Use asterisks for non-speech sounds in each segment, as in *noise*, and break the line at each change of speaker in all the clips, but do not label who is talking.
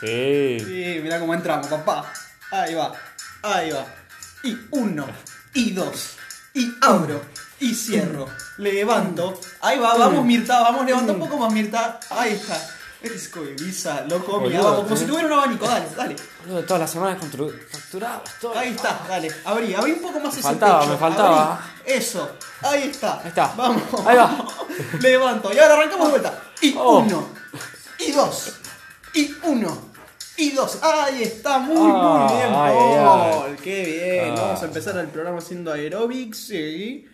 Sí.
Sí, mirá cómo entramos, papá. Ahí va, ahí va. Y uno, y dos, y abro, y cierro, levanto. Ahí va, vamos Mirta, vamos, levanta un poco más Mirta. Ahí está. Eres cohibiza, loco, mirá,
Boludo,
vamos, como si
tenés-
tuviera un abanico, dale, dale.
Boludo, todas las semanas constru- facturabas todo.
Ahí está, dale, abrí, abrí un poco más ese
Faltaba,
pecho.
me faltaba.
abrí. Eso, ahí está.
Ahí está.
Vamos.
Ahí
*laughs*
va.
Levanto, y ahora arrancamos de vuelta. Y
Oh.
uno, y dos, y uno, y dos. Ahí está, muy,
Ah,
muy bien,
ay,
Paul. Qué bien.
Ah.
Vamos a empezar el programa haciendo aerobics, sí.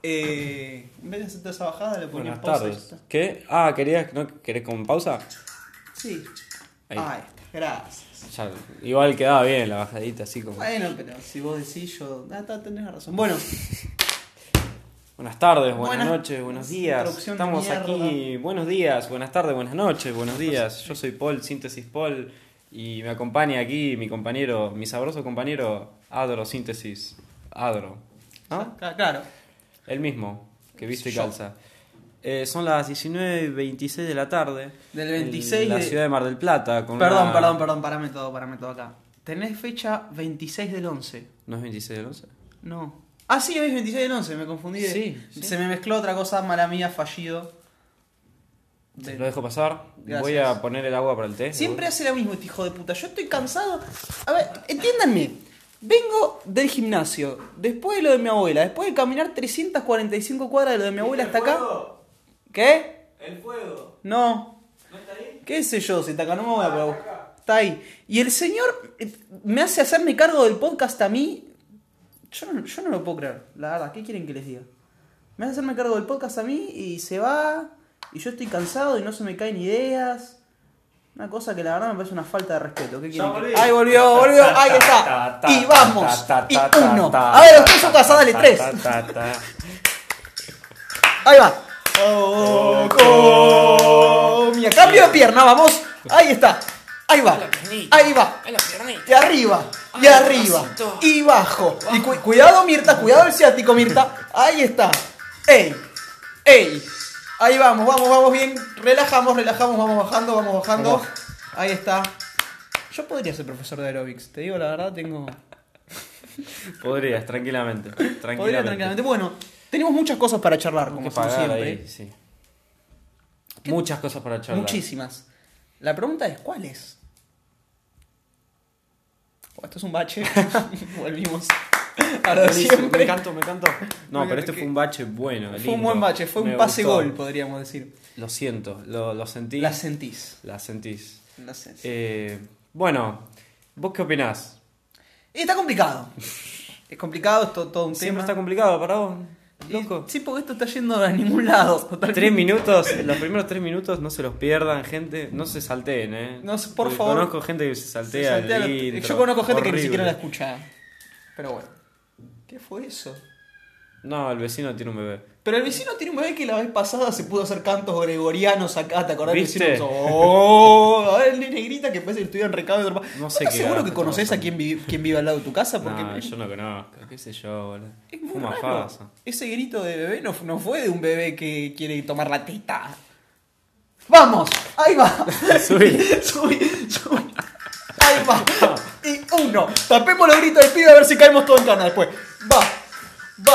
Eh, en vez de hacer toda esa bajada, le ponía
Buenas
pausa. y ya
tardes.
está.
¿Qué? Ah, ¿querías, no, ¿querés con pausa?
Sí.
Ahí.
Ahí. está, gracias.
Ya, igual quedaba bien la bajadita, así como.
Bueno, pero si vos decís yo, ah, está, tenés razón. Bueno,
Buenas tardes, buenas,
Buenas-
noches, buenos días.
Introducción de
Estamos
mierda. Pues
aquí. Buenos días, buenas tardes, buenas noches, buenos días. Yo soy Paul, síntesis Paul, y me acompaña aquí mi compañero, mi sabroso compañero Adro, síntesis Adro. ¿No?
cla- claro.
El mismo, que viste y
Yo.
calza. Eh, son las 19 y 26 de la tarde.
Del
en
26
la
de-
ciudad de Mar del Plata. Con
Perdón,
una-
perdón, perdón, parame todo, parame todo acá. Tenés fecha 26 del 11.
¿No es 26 del 11?
No. Ah, sí, hoy es 26 del 11, me confundí. de-
Sí, sí.
Se me mezcló otra cosa mala mía, fallido. De-
Lo dejo pasar.
Gracias.
Voy a poner el agua para el té.
Siempre hace lo mismo este hijo de puta. Yo estoy cansado. A ver, entiéndanme. Vengo del gimnasio, después de lo de mi abuela, después de caminar 345 cuadras de lo de mi abuela hasta acá. ¿Qué?
El fuego.
No. ¿Qué sé yo? Si está acá, no me voy a preocupar. Está ahí. Y el señor eh, me hace hacerme cargo del podcast a mí. Yo no, yo no lo puedo creer, la verdad. ¿Qué quieren que les diga? Me hace hacerme cargo del podcast a mí y se va. Y yo estoy cansado y no se me caen ideas. Una cosa que la verdad me parece una falta de respeto. ¿Qué quieren que-
volví.
Ahí volvió, volvió, ahí está. Y vamos. Y uno. A ver, los tres son casados, dale, tres. Ahí va. Y a cambio de pierna, vamos. Ahí está. Ahí va. Ahí va. Y arriba. Y arriba. Y bajo. Y cu- cuidado, Mirta. Cuidado el ciático, Mirta. Ahí está. ¡Ey! ¡Ey! Ahí vamos, vamos, vamos bien. Relajamos, relajamos, vamos bajando, vamos bajando.
Vamos.
Ahí está. Yo podría ser profesor de aerobics. Te digo la verdad, tengo...
Podrías, tranquilamente. tranquilamente.
Podría tranquilamente. Bueno, tenemos muchas cosas para charlar,
Tengo
como
que pagar
siempre.
ahí, sí. Muchas cosas para charlar.
Muchísimas. La pregunta es, ¿cuáles? Oh, esto es
*laughs*
un bache. *laughs* Volvimos. Ahora de
Buenísimo,
siempre.
Me canto, me canto. No,
Bueno,
pero este
que-
fue un bache bueno.
Fue un
lindo.
buen bache, fue
Me
un pase-gol,
gustó.
podríamos decir.
Lo siento, lo, lo sentí.
La sentís.
La sentís.
La sentís.
Eh, bueno, ¿vos qué opinás?
Y está complicado. Es complicado, es to- todo, un
Siempre
tema.
está complicado para vos,
Y-
loco.
Sí, porque esto está yendo a ningún lado. totalmente.
Tres minutos, los primeros tres minutos no se los pierdan, gente. No se salteen, eh.
No se- por
Porque
favor.
Conozco gente que se
Se
saltea.
saltea
el
la-
intro.
Yo conozco gente que
Horrible.
ni siquiera la escucha. Pero bueno. ¿Qué fue eso?
No, el vecino tiene un bebé.
Pero el vecino tiene un bebé que la vez pasada se pudo hacer cantos gregorianos acá, ¿te acordás? El
¿Viste?
vecino hizo, "Oh", a ver, el nene grita que parece que estuviera en recado de tu hermano.
No
¿Vos
sé
estás
qué
seguro
garra
que
te
conocés
pasa.
a quién vive, quién vive al lado de tu casa? Porque
No,
me-
yo no conozco, qué sé yo, boludo.
es muy
Fuma
raro.
faso.
Ese grito de bebé no, no fue de un bebé que quiere tomar la teta. ¡Vamos! ¡Ahí va!
*laughs* Subí.
subí, subí. Ahí va. Y uno. Tapemos los gritos del pibe a ver si caemos todo en cana después. Va. Va.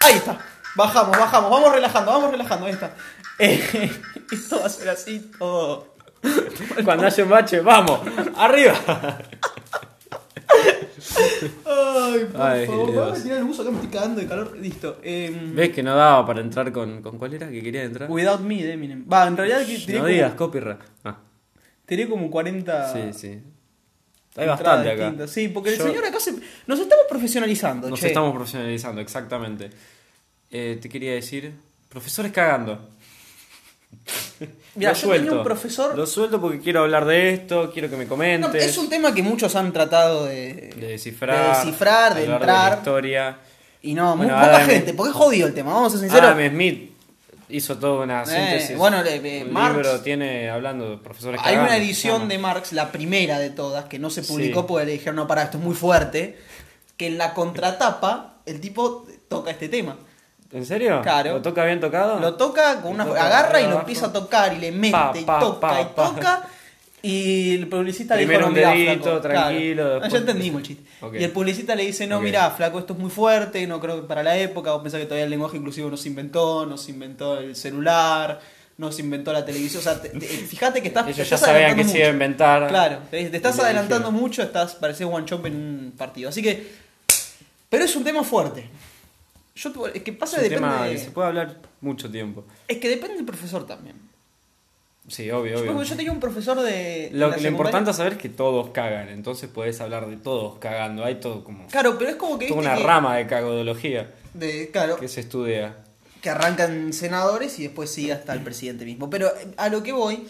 Ahí está. Bajamos, bajamos. Vamos relajando, vamos relajando. Ahí está. *laughs* Eh, esto va a ser así todo.
Cuando haya un bache, vamos,
*laughs*
arriba.
Ay, por
Ay,
favor.
Dios.
Vamos a tirar el buzo acá me estoy cagando de calor. Listo. Em,
¿Ves que no daba para entrar con. ¿Con cuál era que quería entrar?
Without me, de Eminem. Va, en realidad que tiré,
no digas,
como,
copyright. Ah,
tiré como 40.
sí, sí. Hay
entradas
bastante acá.
distintas. Sí, porque
Yo-
el señor acá se. Nos estamos profesionalizando,
Nos
che.
estamos profesionalizando, exactamente. Eh, te quería decir, profesores cagando.
Mira,
Lo
yo tenía un profesor.
Lo suelto porque quiero hablar de esto, quiero que me comentes.
No, es un tema que muchos han tratado de,
De descifrar.
de descifrar, de
hablar
entrar.
la historia.
y no, muy
Bueno,
poca
Adam-
gente, porque es jodido el tema, vamos a ser sinceros.
Adam Smith hizo toda una
Eh,
síntesis.
bueno, le- eh,
un
Marx-
libro tiene hablando de profesores
Hay
cagando,
una
se
edición
llama.
de Marx, la primera de todas, que no se publicó
Sí.
porque le dijeron, no, para, esto es muy fuerte, que en la contratapa el tipo toca este tema.
¿En serio?
Claro.
¿Lo toca bien tocado?
Lo toca con una...
Ah. Lo toca
agarra y lo
abajo.
empieza a tocar y le mete
Pa,
y
pa,
toca
pa,
y
pa.
toca. Y el publicista
Primero
le dijo, no,
un
mirá,
dedito,
flaco,
tranquilo,
claro. Ah,
después-
ya entendimos el chiste.
Ok.
Y el publicista le dice, no,
Ok.
mirá, flaco, esto es muy fuerte, no creo que para la época, vos pensás que todavía el lenguaje inclusivo no se inventó, no se inventó el celular, no se inventó la televisión, o sea,
*laughs*
te- te- fíjate que estás... te
Ellos ya
estás
sabían que
adelantando
se iba a
mucho.
inventar.
Claro, te dice, te estás
Y le
adelantando mucho, estás pareces one chomp en un partido. Así que, pero es un tema fuerte. Yo, tu- es que
Es
pasa
un
depende
tema
de-
que se puede hablar mucho tiempo.
es que depende del profesor también.
Sí, obvio,
Yo,
obvio.
porque yo tenía un profesor de en la
Lo, lo
secundaria-
importante es saber que todos cagan, entonces podés hablar de todos cagando. Hay todo como
Claro, pero es como que
toda
viste
una
que-
rama de cagodología
de- claro,
que se estudia.
que arrancan senadores y después sigue hasta el presidente mismo. Pero eh, a lo que voy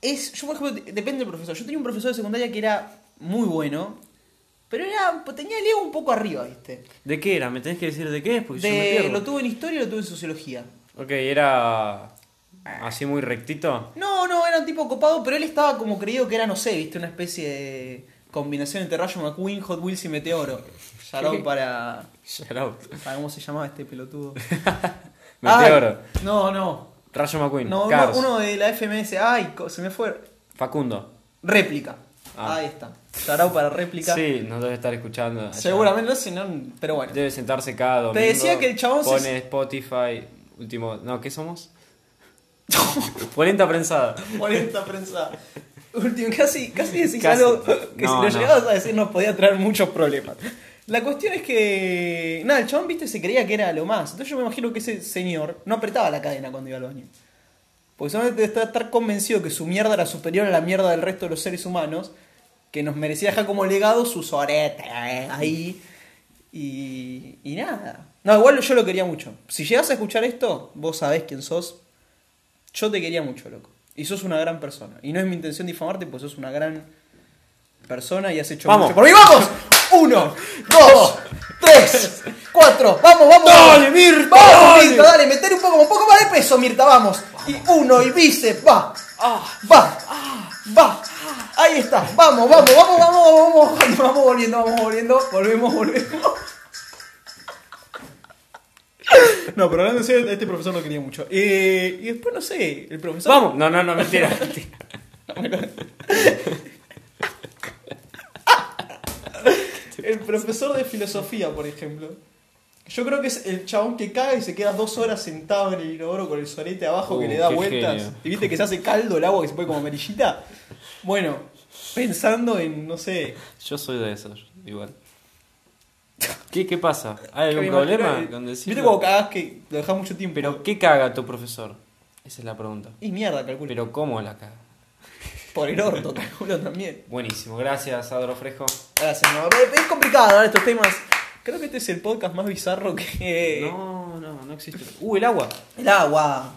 es, yo por ejemplo, de- depende del profesor. Yo tenía un profesor de secundaria que era muy bueno, pero era pues, tenía el ego un poco arriba, ¿viste?
¿De qué era? ¿Me tenés que decir de qué es? Porque Pues yo me
De,
pierdo.
lo tuve en historia y lo tuve en sociología.
Ok, era así muy rectito. *laughs*
No, no, era un tipo copado, pero él estaba como creído que era, no sé, viste, una especie de combinación entre Rayo McQueen, Hot Wheels
*laughs*
y Meteoro. Shalom para.
Shout out.
para ¿Cómo se llamaba este pelotudo?
*laughs* Meteoro.
Ay, no, no.
Rayo McQueen.
Ah, No, uno,
Cars.
uno de la FMS. Ay, co- se me fue.
Facundo.
Réplica.
Ah.
Ahí está. Sharau para réplica.
Sí, nos debe estar escuchando. allá.
Seguramente, no sé, no, pero bueno.
Debe sentarse cada domingo.
decía que el chabón se-
Pone Spotify, último... No, ¿qué
*laughs*
somos? Polenta prensada.
40 prensa. Último, casi, casi decís
Casi.
algo que
No,
si
no.
lo llegabas a decir nos podía traer muchos problemas. La cuestión es que. Nada, el chabón, viste, se creía que era lo más. Entonces yo me imagino que ese señor no apretaba la cadena cuando iba al baño. Porque solamente está estar convencido que su mierda era superior a la mierda del resto de los seres humanos, que nos merecía dejar como legado sus oretes eh, ahí. Y, y nada. No, igual yo lo quería mucho. Si llegas a escuchar esto, vos sabés quién sos. Yo te quería mucho, loco. Y sos una gran persona. Y no es mi intención difamarte, pues sos una gran persona y has hecho
Vamos.
mucho. ¡Por mí vamos! Uno, dos, tres, cuatro. ¡Vamos, vamos!
¡Dale,
vamos!
Mirta,
¡Vamos,
dale!
Mirta! Dale, meter un poco, un poco más de peso, Mirta, vamos. Y uno, y bíceps, va. Va, va. Ahí está. Vamos, vamos, vamos, vamos, vamos, vamos. Vamos volviendo, vamos volviendo. Volvemos, volvemos. No, pero hablando en serio, este profesor lo quería mucho. Eh, y después, no sé, el profesor...
Vamos. No, no, no,
*laughs*
mentira.
El profesor de filosofía, por ejemplo. Yo creo que es el chabón que caga y se queda dos horas sentado en el inodoro con el sorete abajo que
Uh,
le da
qué
vueltas.
genio.
Y viste que se hace caldo el agua que se pone como merillita. Bueno, pensando en, no sé.
Yo soy de esos, igual. ¿Qué, qué pasa? ¿Hay
que
algún
me imagino
problema
que-
con
Viste
decirlo?
como cagás que lo dejás mucho tiempo.
¿Pero qué caga tu profesor? Esa es la pregunta.
Y mierda, calculo.
¿Pero cómo la caga?
Por el orto, *laughs* calculo también.
Buenísimo, gracias, Adro Fresco.
Gracias, no. Es- Es complicado ahora estos temas. Creo que este es el podcast más bizarro que.
No, no, no existe. Uh, el agua.
El agua.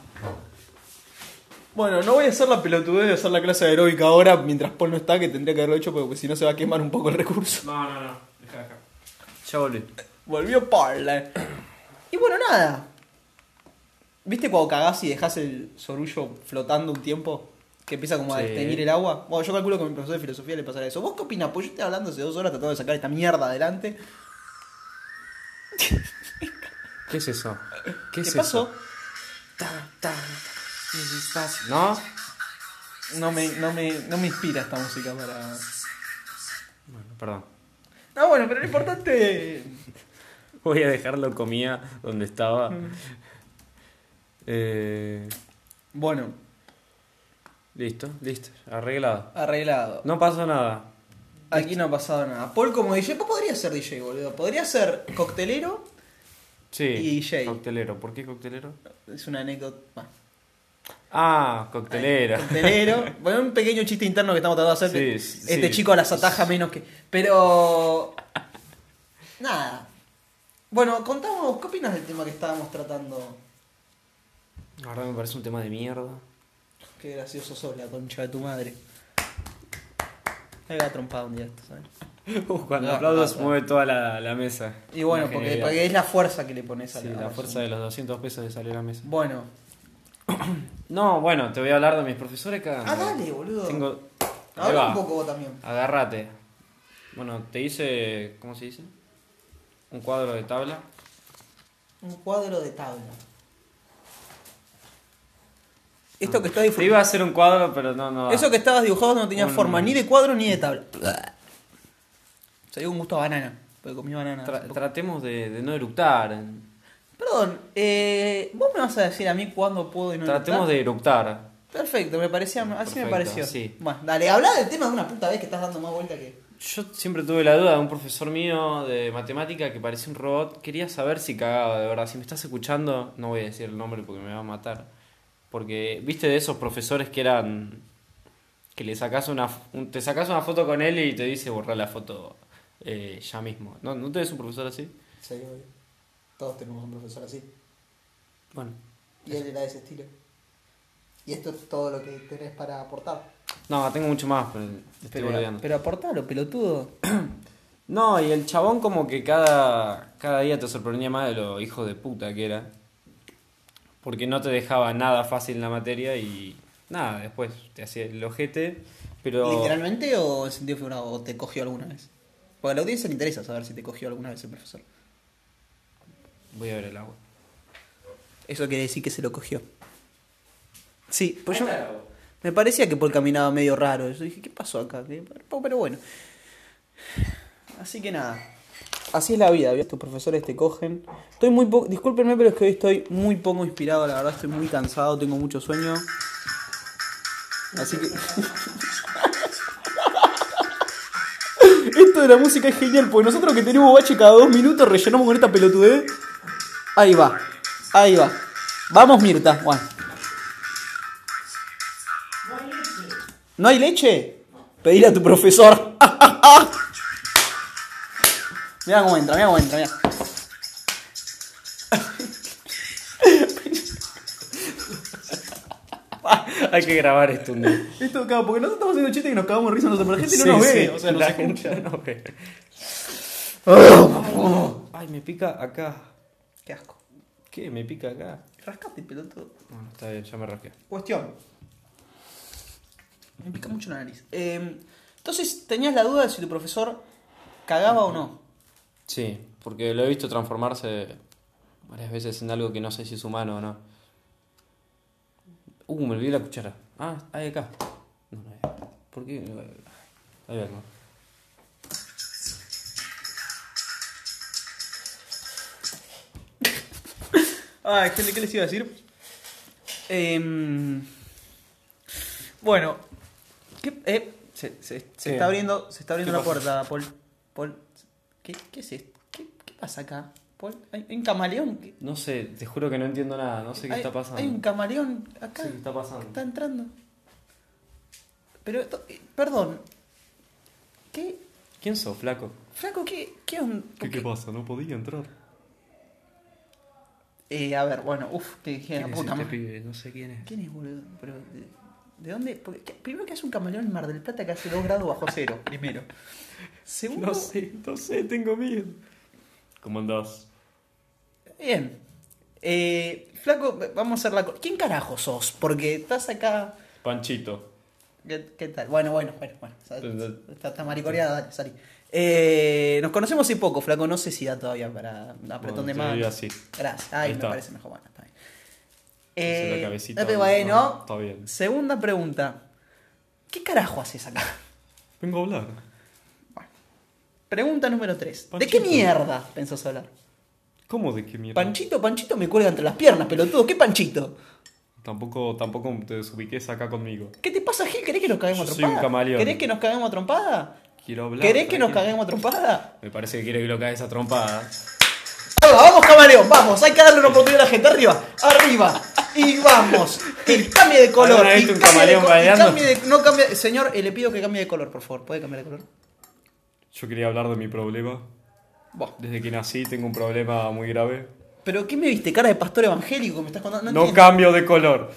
Bueno, no voy a hacer la pelotudez de hacer la clase aeróbica ahora mientras Paul no está, que tendría que haberlo hecho porque si no se va a quemar un poco el recurso.
No, no, no. Deja, deja. Ya volví.
Volvió Paul. eh. Y bueno, nada. ¿Viste cuando cagás y dejás el sorullo flotando un tiempo? Que empieza como a
Sí.
detener el agua. Bueno, yo calculo que a mi profesor de filosofía le pasará eso. ¿Vos qué opinás? Pues yo estoy hablando hace dos horas tratando de sacar esta mierda adelante.
¿Qué es eso? ¿Qué
¿Qué,
es
pasó?
eso? ¿No?
No me, no, me, no me inspira esta música para...
Bueno, perdón.
No, bueno, pero lo importante...
Voy a dejarlo comía donde estaba.
Mm.
Eh,
Bueno,
listo, listo. Arreglado.
Arreglado.
No pasó nada.
Aquí no ha pasado nada. Paul como DJ, Paul podría ser DJ, boludo. Podría ser coctelero.
Sí.
Y DJ.
Coctelero. ¿Por qué coctelero?
Es una anécdota. bueno,
Ah, coctelero.
Coctelero. *laughs* bueno, un pequeño chiste interno que estamos tratando de hacer.
Sí, sí.
este chico las ataja menos que. Pero. Nada. Bueno, contamos, ¿qué opinas del tema que estábamos tratando?
La verdad me parece un tema de mierda. *laughs*
Qué gracioso sos la concha de tu madre. Me había trompado un día esto, ¿sabes?
Uh, cuando
No,
aplaudas
no, no.
mueve toda la, la mesa.
Y bueno,
Una
porque,
genialidad.
porque es la fuerza que le pones a
Sí,
la,
la fuerza de los 200 pesos de salir a la mesa.
Bueno.
No, bueno, te voy a hablar de mis profesores cagando.
Ah, dale, boludo.
Tengo... Ahí
Habla
va.
un poco vos también.
Agárrate. Bueno, te hice... ¿Cómo se dice? Un cuadro de tabla.
Un cuadro de tabla. Esto que estás
Te
difu-
iba a hacer un cuadro, pero no, no. da.
Eso que estabas dibujado no tenía
Ah. Un-
forma ni de cuadro ni de tabla. Se dio un gusto a banana, porque comí banana. hace
Tra-
poco.
tratemos de, de no eructar.
Perdón, eh, vos me vas a decir a mí cuándo puedo y no
Tratemos
anotar?
de eructar.
Perfecto, me parecía, así me
Perfecto,
pareció.
sí.
Bueno, dale, habla del tema de una puta vez que estás dando más vuelta que.
Yo siempre tuve la duda de un profesor mío de matemática que parecía un robot. Quería saber si cagaba, de verdad. Si me estás escuchando, no voy a decir el nombre porque me va a matar. Porque, viste, de esos profesores que eran. que le sacas una. f- un- te sacas una foto con él y te dice borrar la foto eh, ya mismo. ¿No, ¿No tenés un profesor así?
Sí, obvio. Todos tenemos un profesor así.
Bueno.
Y él era de ese estilo. Y esto es todo lo que tenés para aportar.
No, tengo mucho más, pero te estoy
Pero,
boludeando.
pero aportalo, pelotudo.
No, y el chabón como que cada, cada día te sorprendía más de lo hijo de puta que era. Porque no te dejaba nada fácil la materia y nada, después te hacía el ojete. Pero
¿Literalmente o en sentido figurado? ¿O te cogió alguna vez? Porque a la audiencia le interesa saber si te cogió alguna vez el profesor.
voy a ver el agua. *laughs*
Eso quiere decir que se lo cogió. Sí, pues yo me parecía que Paul caminaba medio raro. Yo dije, ¿qué pasó acá? ¿Qué- Pero bueno. Así que nada. Así es la vida, ¿vio? Tus profesores te cogen. Estoy muy poco. Discúlpenme, pero es que hoy estoy muy poco inspirado, la verdad. Estoy muy cansado, tengo mucho sueño. Así que. *laughs* Esto de la música es genial, porque nosotros que tenemos bache cada dos minutos rellenamos con esta pelotudez. Ahí va, ahí va. Vamos, Mirta. Bueno. ¿No hay leche? Pedir a tu profesor. *laughs* mira cómo entra, mira cómo entra, mira.
Hay que grabar esto
*laughs*
un día.
Esto, claro, porque nosotros estamos haciendo chistes que nos cagamos risa nosotros, pero la gente
Sí,
no nos
sí,
ve. O sea,
la
nos
gente no
*laughs*
ve. Ay, me pica acá.
Qué asco.
¿Qué? ¿Me pica acá?
Rascate, pelotudo.
Bueno, está bien, ya me rasqué.
Cuestión. Me pica mucho la nariz. Eh, entonces, tenías la duda de si tu profesor cagaba o no.
Sí, porque lo he visto transformarse varias veces en algo que no sé si es humano o no. Uh, me olvidé la cuchara. Ah, ahí acá. No, no, ahí. ¿Por qué? Ahí va, ¿no?
Ah, gente, ¿qué les iba a decir? Em, bueno, ¿qué- eh, se, se- se
¿Qué?
está abriendo, se está abriendo
¿Qué
la puerta, Paul. Paul, ¿qué, qué es esto? ¿Qué, qué pasa acá? Paul, ¿hay, hay un camaleón? que-
No sé, te juro que no entiendo nada, no sé qué
hay,
está pasando.
Hay un camaleón acá
No sé qué está
que
pasando.
está entrando. Pero, esto- eh, perdón, ¿qué?
¿Quién sos, flaco?
Flaco, ¿qué, qué on- por qué?
pasa? No podía entrar.
Eh, a ver, bueno, uff, te dije la puta madre.
este No sé quién es.
¿Quién es, boludo? Pero, ¿de, de dónde? Porque, ¿qué- primero que hace un camaleón en Mar del Plata que hace 2 grados bajo cero, *laughs* primero.
*laughs*
Segundo.
No sé, no sé, tengo miedo. ¿Cómo andás?
Bien. Eh, flaco, vamos a hacer la. co- ¿Quién carajo sos? Porque estás acá.
Panchito.
¿Qué, qué tal? Bueno, bueno, bueno, bueno. Sal-
Pero-
Está, está maricoreada, dale, salí. Eh, nos conocemos hace poco, flaco. No sé si da todavía para apretón
Bueno, te
de mano.
digo así.
Gracias.
Ahí
Ay, me
está.
parece mejor. Bueno, está bien.
Hice la
Eh,
cabecita,
pero
no,
bueno.
está bien.
Segunda pregunta. ¿Qué carajo haces acá?
Vengo a hablar.
Pregunta número 3. ¿De
Panchito.
qué mierda pensás hablar?
¿Cómo de qué mierda?
Panchito, Panchito me cuelga entre las piernas, pelotudo. ¿Qué Panchito?
Tampoco, tampoco te desubiques acá conmigo.
¿Qué te pasa, Gil? ¿Querés que nos caguemos a
Yo soy
trompada?
un camaleón.
¿Querés que nos caguemos a trompada?
Quiero hablar.
¿Querés que nos
tranquilo.
caguemos a trompada?
Me parece que quiere que lo cague esa trompada.
Arriba, vamos, camaleón, vamos. Hay que darle una oportunidad a la gente. Arriba, arriba. Y vamos.
*laughs*
Y cambie de color.
¿Alguna vez
y
viste un
cambie de
camaleón
co- y
bailando?
cambie de- no cambie- Señor, eh, le pido que cambie de color, por favor. ¿Puede cambiar de color?
Yo quería hablar de mi problema.
Buah.
Desde que nací tengo un problema muy grave.
¿Pero qué me viste? ¿Cara de pastor evangélico que me estás contando?
No,
entiendo.
cambio de color.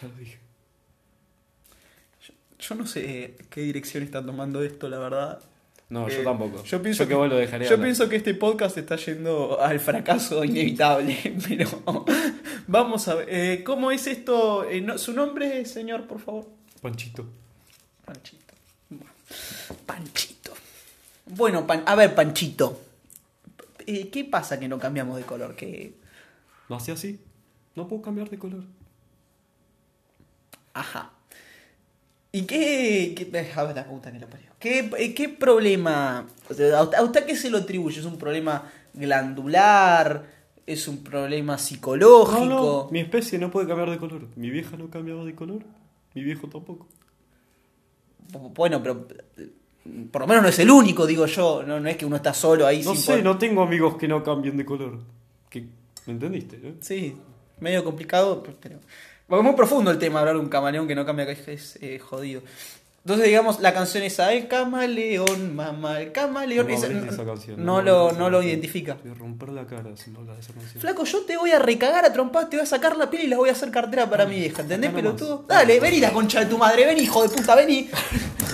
Ya lo dije.
Yo no sé qué dirección está tomando esto, la verdad.
No, yo
Eh,
tampoco.
Yo pienso
que, vos lo dejaría.
Yo
hablar.
pienso que este podcast está yendo al fracaso *laughs* inevitable, pero *laughs* vamos a ver. eh, ¿Cómo es esto? Eh, no- ¿Su nombre, señor, por favor?
Panchito.
Panchito. Panchito. Bueno, pan- a ver, Panchito. Eh, ¿Qué pasa que no cambiamos de color? Que
¿Lo hacía así? No puedo cambiar de color.
Ajá. ¿Y qué, qué- A ver, la puta que lo parió. ¿Qué, eh, qué problema? o sea, ¿A usted, a usted qué se lo atribuye? ¿Es un problema glandular? ¿Es un problema psicológico?
No, no, mi especie no puede cambiar de color. Mi vieja no cambiaba de color. Mi viejo tampoco.
Bueno, pero eh, por lo menos no es el único, digo yo. No, no es que uno está solo ahí
No
sin
sé,
poder-
no tengo amigos que no cambien de color. Que- ¿Me entendiste? eh?
Sí, medio complicado, pues, pero... Porque es muy profundo el tema, hablar de un camaleón que no cambia, que es eh, jodido. Entonces, digamos, la canción esa, el camaleón, mamá, el camaleón...
No
esa-
hables de esa canción,
no
hables de
lo,
esa
no lo
canción.
identifica.
Te Voy a romper la cara si no hablas de esa canción.
Flaco, yo te voy a recagar a trompadas, te voy a sacar la piel y las voy a hacer cartera para mi vieja, ¿entendés,
acá nomás.
pelotudo? Dale, vení la concha de tu madre, vení, hijo de puta, vení.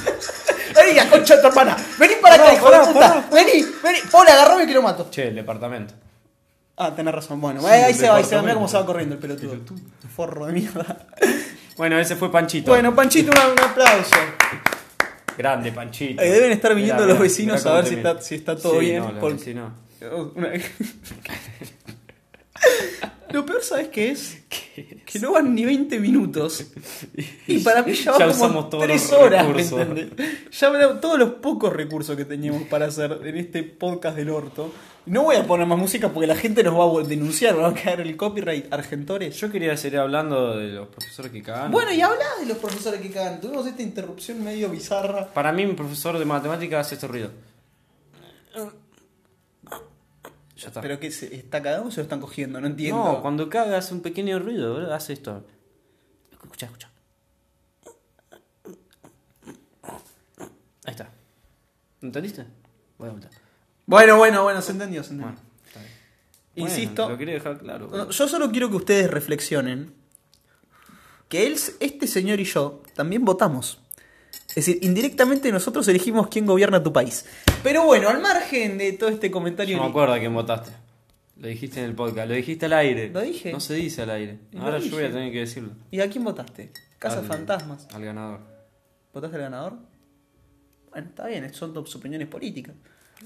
*laughs* vení la concha de tu hermana, vení para acá,
Pará,
hijo
pará,
de puta, vení, vení. Pobre, agarrame que lo mato.
Che, el departamento.
Ah, tenés razón. Bueno,
Sí,
ahí
del
se va, ahí se va.
departamento.
Mira cómo se va corriendo el pelotudo.
Pelotudo.
Forro de mierda.
Bueno, ese fue Panchito.
Bueno, Panchito, un, un aplauso.
Grande, Panchito.
Eh, deben estar viniendo
Mirá,
los
mirá,
vecinos
mirá
a
cómo
ver
te
si
miran.
está- si está todo
Sí,
bien,
No, los
porque-
vecinos.
*laughs* Lo peor, ¿sabes
*laughs*
qué es? Que no van ni 20 minutos.
*laughs*
Y para mí ya,
Ya
van como
usamos todos
3
los
horas. ¿me
recursos.
entendés? Ya hablamos todos los pocos recursos que teníamos para hacer en este podcast del orto. No voy a poner más música porque la gente nos va a denunciar, va a caer el copyright argentores.
Yo quería seguir hablando de los profesores que cagan.
Bueno, y habla de los profesores que cagan. Tuvimos esta interrupción medio bizarra.
Para mí, mi profesor de matemáticas hace este ruido. Ya está.
¿Pero qué? ¿Se está cagado o se lo están cogiendo? No entiendo.
no, cuando caga hace un pequeño ruido, boludo, hace esto. Escucha, escucha. Ahí está. ¿Entendiste? Voy a volver.
Bueno, bueno, bueno, se entendió, se entendió.
Bueno, está bien.
Insisto,
Bueno, lo quería dejar claro.
no, yo solo quiero que ustedes reflexionen que él, este señor y yo también votamos. Es decir, indirectamente nosotros elegimos quién gobierna tu país. Pero bueno, al margen de todo este comentario...
Yo me acuerdo a quién votaste. Lo dijiste en el podcast, lo dijiste al aire.
Lo dije.
No se dice al aire.
Lo
Ahora yo voy a
dije.
tener que decirlo.
¿Y a quién votaste? Casa
Al-
Fantasmas.
Al ganador.
¿Votaste al ganador? Bueno, está bien, son tus opiniones políticas.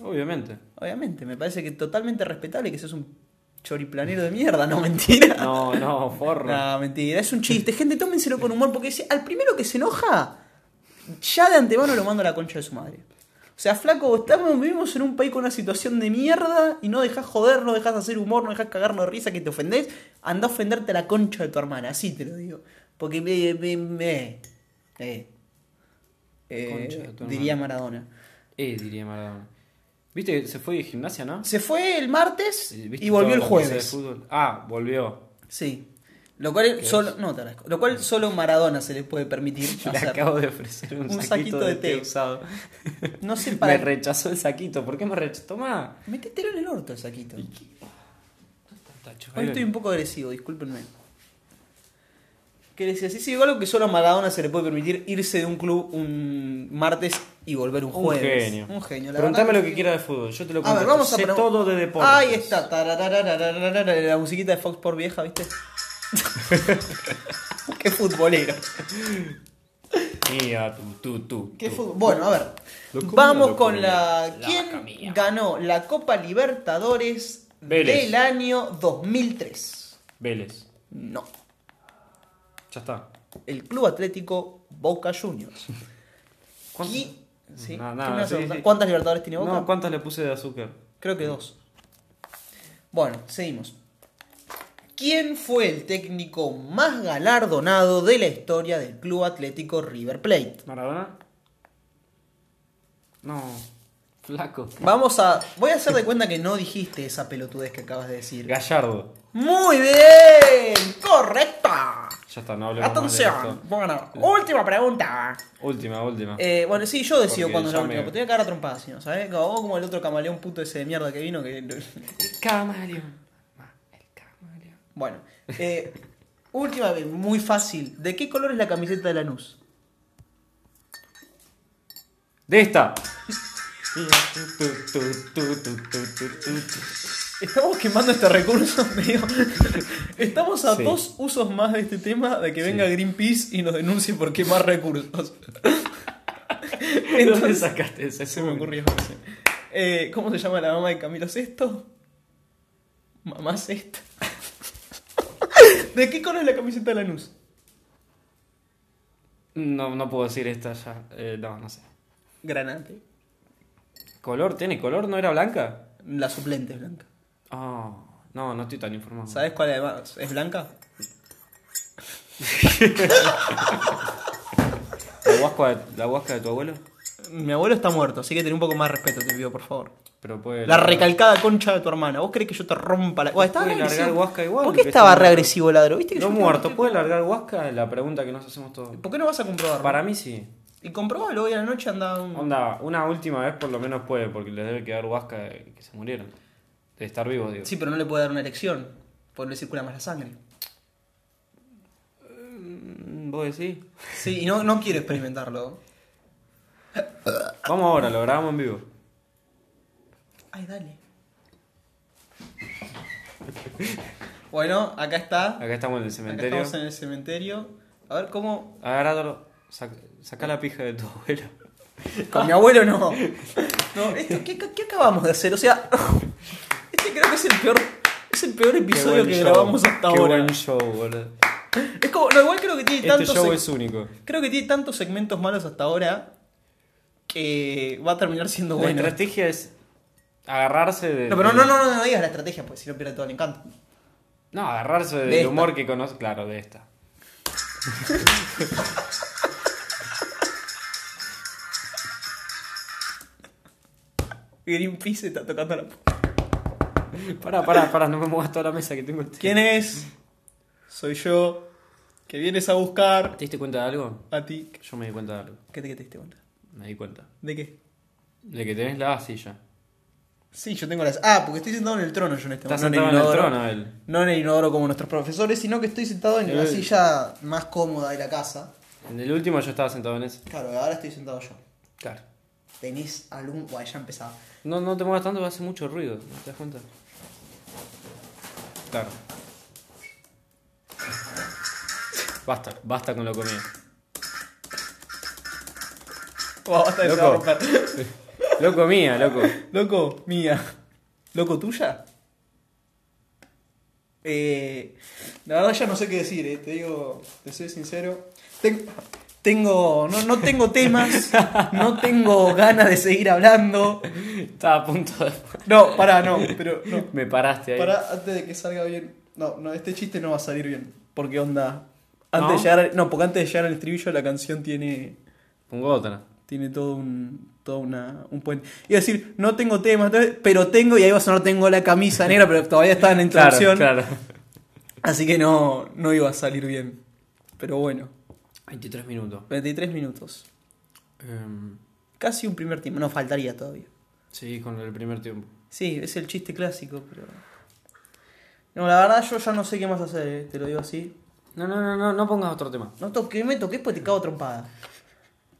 Obviamente.
Obviamente, me parece que totalmente respetable que seas un choriplanero de mierda, no mentira.
No, no,
*laughs*
forro.
No, mentira, es un chiste. Gente, tómenselo con humor, porque si- al primero que se enoja, ya de antemano lo mando a la concha de su madre. O sea, flaco, estamos, vivimos en un país con una situación de mierda y no dejas joder, no dejas hacer humor, no dejas cagarnos de risa que te ofendés. Anda a ofenderte a la concha de tu hermana, así te lo digo. Porque me. me, me- eh. Eh,
Concha de tu hermana.
diría Maradona.
Eh, diría Maradona. Viste que se fue de gimnasia, ¿no?
Se fue el martes
Sí, ¿viste
y volvió
todo
el
lo que hizo de
jueves.
fútbol? Ah,
*laughs*
volvió.
Sí. Lo cual
es?
solo. No, te agradezco. Lo cual solo Maradona se le
*laughs*
puede permitir.
Le
hacer.
acabo de ofrecer un,
Un
saquito,
saquito
de,
de
té
té.
usado.
No sé
Me
para.
rechazó el saquito. ¿Por qué me rechazó? Tomá.
Métetelo en el orto el saquito.
Tacho,
Hoy
ahí
estoy
ven.
un poco agresivo, discúlpenme. ¿Qué decía? Sí, sí, algo que solo a Maradona se le puede permitir irse de un club un martes y volver un
Un
jueves.
genio.
Un genio. la
Preguntame
verdad
lo que quiera de fútbol. Yo te lo
A
contesto.
ver, vamos a
Sé
pregun-
todo de deporte.
Ahí está, tararararararara, la musiquita de Fox por
*laughs*
vieja, ¿viste? *laughs* Qué futbolero.
Mira, tú, tú, tú.
Qué
tú.
fútbol. Bueno, a ver.
Lo comía,
Vamos
lo
con
comía.
la.
La
¿Quién
comía.
ganó la Copa Libertadores
Vélez.
del año 2003?
Vélez.
No.
Ya está.
El Club Atlético Boca Juniors.
*laughs* ¿Cuánto?
¿Qui- ¿Sí?
Nada, nada,
¿Qué me vas a
sí,
preguntar?
sí.
¿Cuántas Libertadores tiene Boca?
No, ¿cuántas le puse de azúcar?
Creo que dos. Bueno, seguimos. ¿Quién fue el técnico más galardonado de la historia del Club Atlético River Plate?
¿Maradona? No. Flaco.
Vamos a. Voy a hacer de cuenta que no dijiste esa pelotudez que acabas de decir.
Gallardo.
Muy bien, correcta.
Ya está, no
Ah,
hablemos más de
Atención,
esto.
bueno, última pregunta.
Última, última.
Eh, bueno, sí, yo decido
Porque
cuándo es la
ya
última,
me-
porque te voy a cagar a trompadas, si no, ¿sabes? Como, vos, como el otro camaleón puto ese de mierda que vino. que
Camaleón. El camaleón.
*laughs* Bueno, eh, última vez, muy fácil. ¿De qué color es la camiseta de Lanús?
De esta.
Estamos quemando este recurso, *laughs* medio. Estamos a
Sí.
dos usos más de este tema de que
Sí.
venga Greenpeace y nos denuncie por quemar recursos.
*laughs* ¿De dónde sacaste ese?
Se me ocurrió. no sé. Eh, ¿Cómo se llama la mamá de Camilo Sesto? Mamá *laughs* Sexta. ¿De qué color es la camiseta de Lanús?
No, no puedo decir esta ya. Eh, no, no sé.
Granate.
¿Color? ¿Tiene color? ¿No era blanca?
La suplente es blanca.
Ah, no, no estoy tan informado.
¿Sabes cuál además es blanca?
¿La huasca, de- ¿La huasca de tu abuelo?
Mi abuelo está muerto, así que ten un poco más respeto, te pido, por favor.
Pero puede.
La recalcada concha de tu hermana. ¿Vos crees que yo te rompa la.? Uah, estaba
Puede
reagresivo.
largar huasca igual,
¿Por qué
que
estaba
está
re
muerto.
agresivo ladro? ¿Viste que
No
yo-
muerto, ¿puede largar huasca? La pregunta que nos hacemos todos.
¿Por qué no vas a comprobarlo?
Para mí sí.
Y comprobalo hoy a la noche anda un.
Onda, una última vez por lo menos puede, porque les debe quedar huasca de que se murieron. De estar vivos, digo.
Sí, pero no le puede dar una elección. Porque no le circula más la sangre.
Mm, ¿Vos decís?
Sí, y no, no quiero experimentarlo.
Vamos ahora, lo grabamos en vivo.
Ay,
*laughs*
dale. Bueno, acá está.
Acá estamos en el
Acá
cementerio.
estamos en el cementerio. A ver cómo.
Agarralo, saca, saca la pija de tu *laughs* abuelo.
Con mi abuelo no. No, esto, ¿qué, qué acabamos de hacer? O sea, este creo que es el peor. Es el peor
Qué
episodio
buen
que
show.
grabamos hasta
Qué
ahora.
buen show, boludo.
Es como. No, igual creo que tiene
Este
tantos.
show
seg-
es único.
Creo que tiene tantos segmentos malos hasta ahora. Que va a terminar siendo
La
bueno.
estrategia es agarrarse de.
No, pero no, no, no, no, no digas la estrategia, porque si no pierde todo el encanto.
No, agarrarse del
esta.
humor que conoce. Claro, de esta.
Greenpeace está tocando la puerta.
*laughs* Pará, pará, pará, no me muevas toda la mesa que tengo el té.
¿Quién es? Soy yo. Que vienes a buscar
¿Te diste cuenta de algo?
a ti.
Yo me di cuenta de algo.
¿Qué te, qué te diste cuenta?
Me di cuenta.
¿De qué?
De que tenés la silla.
Sí, yo tengo las. Ah, porque estoy sentado en el trono yo en este
Estás
momento.
sentado en el trono, él.
No en el inodoro como nuestros profesores, sino que estoy sentado en la
Eh.
silla más cómoda de la casa.
En el último yo estaba sentado en ese.
Claro, ahora estoy sentado yo.
Claro.
¿Tenés algún.? Buah, ya empezaba.
No, no te muevas tanto, hace mucho ruido. ¿No te das cuenta? Claro. Basta, basta con lo comido.
Buah, basta de se va a
Loco.
romper.
Loco mía, loco.
*laughs* Loco, mía. ¿Loco tuya? Eh, la verdad ya no sé qué decir, eh, te digo, te soy sincero. Ten- tengo, no, no
*laughs*
tengo temas, no tengo ganas de seguir hablando.
Estaba a punto de.
No, pará, no, pero no.
Me paraste ahí.
Pará, antes de que salga bien. No, no, este chiste no va a salir bien. Porque onda. Antes
¿No?
de llegar, no, porque antes de llegar al estribillo la canción tiene
Pongo otra.
tiene todo un todo una, un puente. Iba a decir, no tengo temas, tal, pero tengo, y ahí va a sonar, tengo la camisa negra, pero todavía estaba en la introducción.
Claro, claro.
Así que no, no iba a salir bien. Pero bueno,
23 minutos.
23 minutos.
Em,
Casi un primer tiempo, no faltaría todavía.
sí, con el primer tiempo.
Sí, es el chiste clásico, pero... No, la verdad yo ya no sé qué más hacer, eh, te lo digo así.
No, no, no, no, no pongas otro tema.
No toques, me toques pues te cago trompada.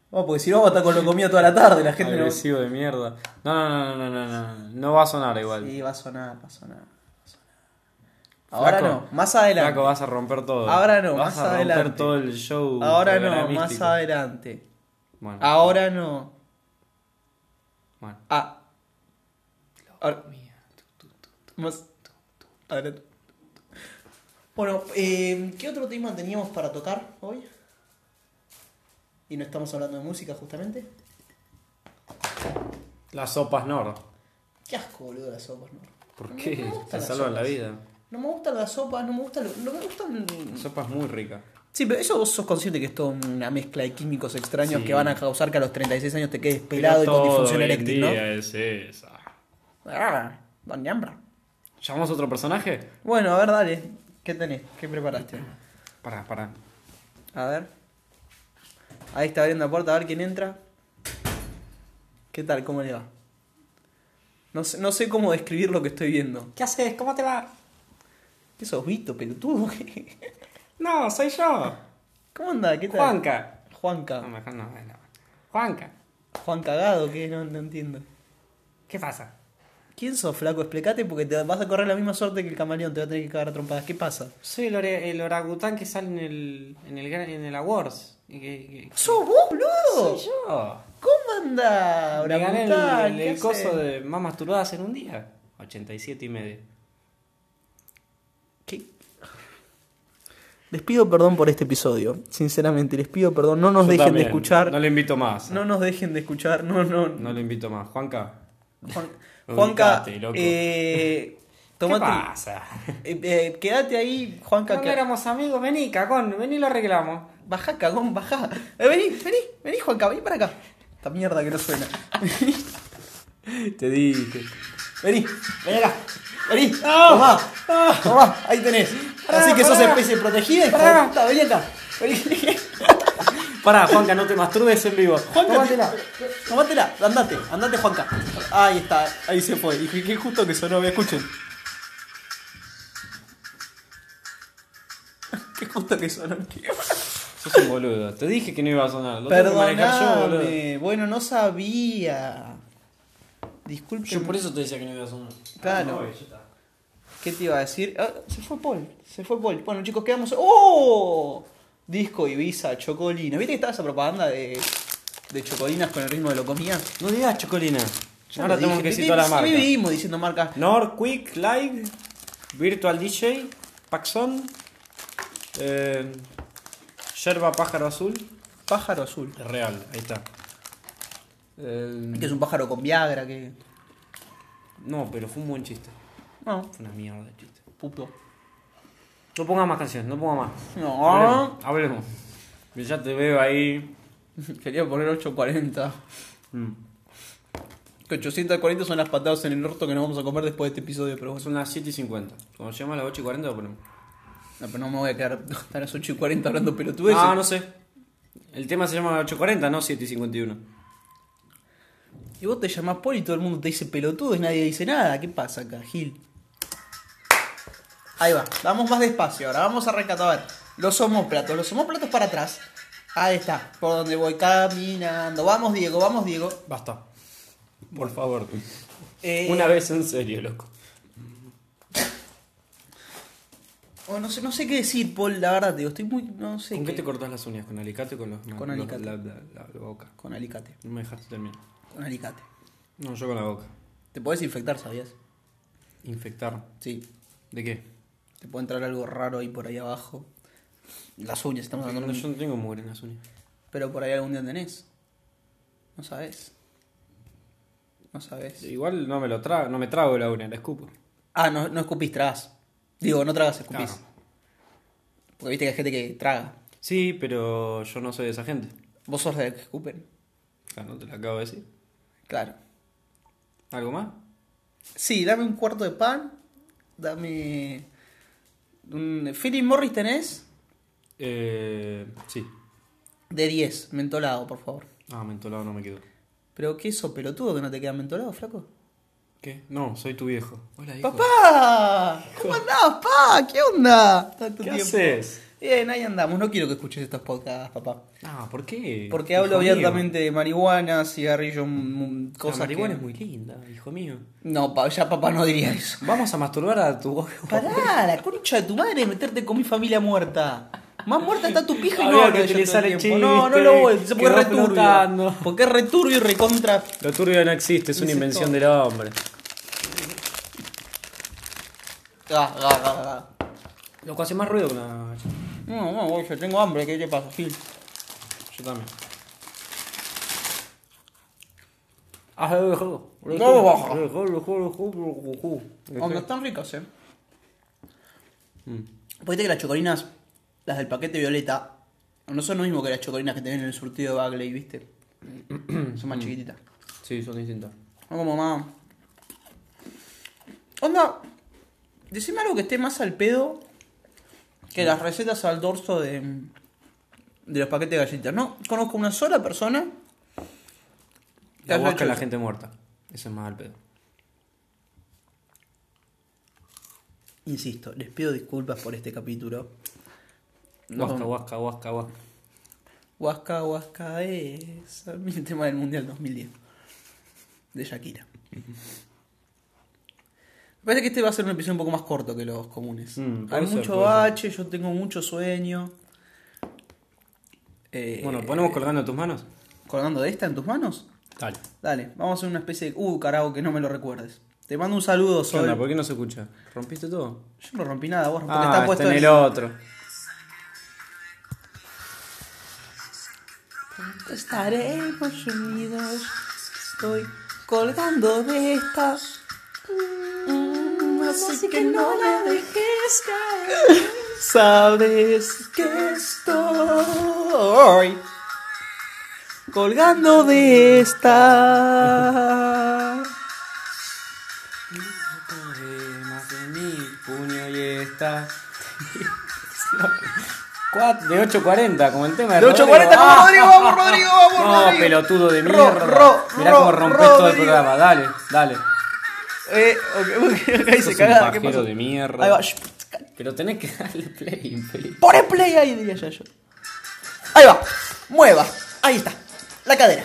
Vamos, porque si no vamos a estar con lo comía toda la tarde, la gente no...
Agresivo de mierda. No, no, no, no, no, no, no. No va a sonar igual.
Sí, va a sonar, va a sonar. va a sonar. Ahora
Flaco,
no, más adelante.
Flaco, uh, vas a romper todo.
Ahora no,
vas
más
a romper
adelante.
todo el show.
Ahora no,
programístico.
más adelante. Ah.
Bueno,
Ahora no.
bueno.
Ah. Ahora. Más. Adelante. Bueno, eh, ¿qué otro tema teníamos para tocar hoy? Y no estamos hablando de música justamente.
Las sopas Nor.
Qué asco, boludo, las sopas, ¿no?
¿Por
No
qué?
me gustan
Te
las
salvan la
sopas.
vida.
No me gustan las sopas, no me gustan... lo- No me gustan...
Sopas muy ricas.
Sí, pero eso vos sos consciente que es toda una mezcla de químicos extraños
Sí.
que van a causar que a los 36 años te quedes pelado y con disfunción eréctil, ¿no?
es esa.
Ah, Don Jambra.
¿Llamamos a otro personaje?
Bueno, a ver, dale. ¿Qué tenés? ¿Qué preparaste?
Pará, pará.
A ver. Ahí está abriendo la puerta, a ver quién entra. ¿Qué tal? ¿Cómo le va? No sé, no sé cómo describir lo que estoy viendo.
¿Qué haces? ¿Cómo te va?
¿Qué sos, Vito, pelotudo? *laughs*
No, soy yo.
¿Cómo anda? ¿Qué tal?
Juanca. No,
Juanca.
mejor no, no. Juanca,
Juan cagado, ¿qué? No, no entiendo.
¿qué pasa?
¿Quién sos, flaco? Explícate porque te vas a correr la misma suerte que el camaleón. Te va a tener que cagar a trompadas. ¿Qué pasa?
Soy el, ore- el orangután que sale en el, en el, gran- en el Awards. Y que- que-
¿Sos vos, boludo?
soy yo.
¿Cómo anda?
Me gané el,
orangután?
el-
¿Qué
el coso
haces?
de más masturbadas en un día. 87 y medio.
¿Qué? Les pido perdón por este episodio. Sinceramente, les pido perdón. No nos
Yo
dejen
también.
de escuchar.
No le invito más.
No nos dejen de escuchar, no, no.
No le invito más. Juanca.
Juan- Juanca,
Ubicate, loco.
eh, tomate,
¿Qué pasa?
eh, eh, quédate ahí, Juanca. Que,
éramos amigos, vení, cagón, vení lo arreglamos.
bajá, cagón, bajá. Eh, vení, vení, vení, Juanca, vení para acá. Esta mierda que no suena.
*laughs* Te dije.
Vení, vení acá. Vení,
No.
tomá, tomá, ahí tenés.
Ah. Pará,
Así que sos
pará.
especie protegida, hijo
Pará.
de puta, vení acá. Vení.
Pará, Juanca, no te masturbes en vivo.
Juanca,
Tómatela.
tomátela, andate, andate, Juanca. Ahí está, ahí se fue. Y qué justo que sonó, me escuchen. *laughs* Qué justo que sonó, tío.
Sos un boludo. Te dije que no iba a sonar. Lo tengo que manejar yo, boludo.
Perdóname, bueno, no sabía. Disculpe.
Yo por eso te decía que no iba a sonar.
Claro.
No, ya está.
¿Qué te iba a decir? Ah, se fue Paul, se fue Paul. Bueno, chicos, quedamos. ¡Oh! Disco Ibiza, Chocolina. ¿Viste que estaba esa propaganda de, de chocolinas con el ritmo de Locomía?
No digas chocolina.
Yo
Ahora
lo
tengo
dije.
que decir
¿Qué-
toda la
qué
marca.
vivimos diciendo marcas?
Nor, Quick, Live, Virtual DJ, Paxson, eh, Yerba Pájaro Azul.
Pájaro azul.
Real, ahí está. Eh,
Que es un pájaro con Viagra, que.
no, pero fue un buen chiste.
No,
Fue una mierda de chiste.
puto.
No ponga más canciones, no ponga más.
No.
Hablemos. hablemos. Que Ya te veo ahí.
*laughs* Quería poner 840.
Mm.
Que 840 son las patadas en el orto que nos vamos a comer después de este episodio, pero bueno.
Son las 7 y 50. Cuando llegamos a las 8 y 40 lo ponemos.
No, pero no me voy a quedar hasta las 8 y 40 hablando pelotudeces.
Ah, no sé. El tema se llama 8.40, no 7 y 51.
Y vos te llamás Paul y todo el mundo te dice pelotudo y nadie dice nada. ¿Qué pasa acá, Gil? Ahí va, vamos más despacio ahora, vamos a rescatar. A ver, los homóplatos, los homóplatos para atrás. Ahí está, por donde voy caminando. Vamos, Diego, vamos, Diego.
Basta. Por favor.
Eh,
Una vez en serio, loco.
oh, no, sé, no sé qué decir, Paul, la verdad, digo, estoy muy. No sé.
¿Con qué te cortás las uñas? ¿Con alicate o con los
Con
los-
alicate.
La, la- la- la boca.
Con alicate,
No me dejaste terminar.
con alicate.
No, yo con la boca.
Te podés infectar, ¿sabías?
Infectar.
Sí,
¿De qué?
te puede entrar algo raro ahí por ahí abajo. Las uñas, estamos hablando.
No, yo no tengo mugre en las uñas.
Pero por ahí algún día tenés. No sabes. No sabes.
Igual no me lo trago, no me trago la uña, la escupo.
Ah, no, no escupís, tragas. Digo, no tragas, escupís.
Claro.
Porque viste que hay gente que traga.
Sí, pero yo no soy de esa gente.
Vos sos de los que escupen.
Claro, no te lo acabo de decir.
Claro.
¿Algo más?
Sí, dame un cuarto de pan. Dame. Un... Philip Morris tenés
Eh, sí.
de 10, mentolado, por favor.
Ah, mentolado no me quedó.
Pero qué eso, pelotudo, que no te queda mentolado, flaco.
¿Qué? No, soy tu viejo. Hola, hijo.
¡Papá! ¿Cómo andás, papá? ¿Qué onda? Tanto
¿Qué
tiempo.
haces?
Bien, ahí andamos. No quiero que escuches estos podcasts, papá.
Ah, ¿por qué?
Porque
Hijo
hablo
mío.
abiertamente de marihuana, cigarrillo, mm, mm,
La
cosas
marihuana
que...
es muy linda, hijo mío.
No, pa- ya papá no diría eso.
Vamos a masturbar a tu ojo.
Pará, la concha de tu madre de meterte con mi familia muerta. Más muerta está tu pija y
Había
no
que
hablo de yo todo
utilizar
el
el
tiempo. No, no
chiste,
lo voy, porque
que
es
va
returbio.
flotando.
Porque es returbio y recontra...
Lo turbio no existe, es una
Dice
invención
todo.
del hombre.
Ga, ga, ga, ga.
Lo que hace más ruido que una...
No, no, voy, yo tengo hambre, ¿qué te pasa, Gil?
Yo también. Ah, lo dejó.
No lo baja.
Lo dejó, lo dejó, lo dejó, lo dejó.
Oh, no están ricas, eh. Pues
Mm.
Viste que las chocolinas, las del paquete violeta, no son lo mismo que las chocolinas que te vienen en el surtido de
*clears throat*
Bagley, ¿viste? son
Mm.
más chiquititas.
Sí, son distintas.
No como más. Onda, decime algo que esté más al pedo que
Mm.
las recetas al dorso de, de los paquetes de galletas. No conozco una sola persona que
La
haya
guasca
hecho
es la
eso.
gente muerta. Eso es más al pedo.
Insisto, les pido disculpas por este capítulo. No.
Guasca, guasca, guasca, guasca.
Huasca, Huasca es el *laughs* tema del Mundial 2010 de Shakira. Me parece que este va a ser un episodio un poco más corto que los comunes.
Mm, puede
Hay
ser,
mucho
puede ser.
bache, yo tengo mucho sueño. Eh,
Bueno, ¿ponemos colgando tus manos?
colgando de esta en tus manos.
Dale.
Dale, vamos a hacer una especie de. Uh, carajo, que no me lo recuerdes. Te mando un saludo,
¿Qué
Sol.
onda? ¿Por qué no se escucha? ¿Rompiste todo?
Yo no rompí nada, vos porque
Ah,
está puesto
en
en-
el otro.
Estaremos unidos. Estoy colgando de esta. Mm, así que no me dejes caer. Sabes que estoy colgando de esta.
Poemas de mi puño y esta. Cuat- De 8.40, como el tema de
De 8.40,
Rodrigo. Ah.
vamos, Rodrigo, vamos, Rodrigo, vamos,
No,
Rodrigo.
pelotudo de
Ro,
mierda.
ro,
Mirá
ro,
cómo rompes todo el
Rodrigo.
programa. Dale, dale.
*laughs* Eh, ok, ok, ok, se
Sos
cagaba,
un
¿qué
pajero
pasó?
de
Ahí va,
mierda.
shh,
Pero tenés que darle play, infeliz.
pone play ahí, diría yo, yo. Ahí va, mueva, ahí está, la cadera.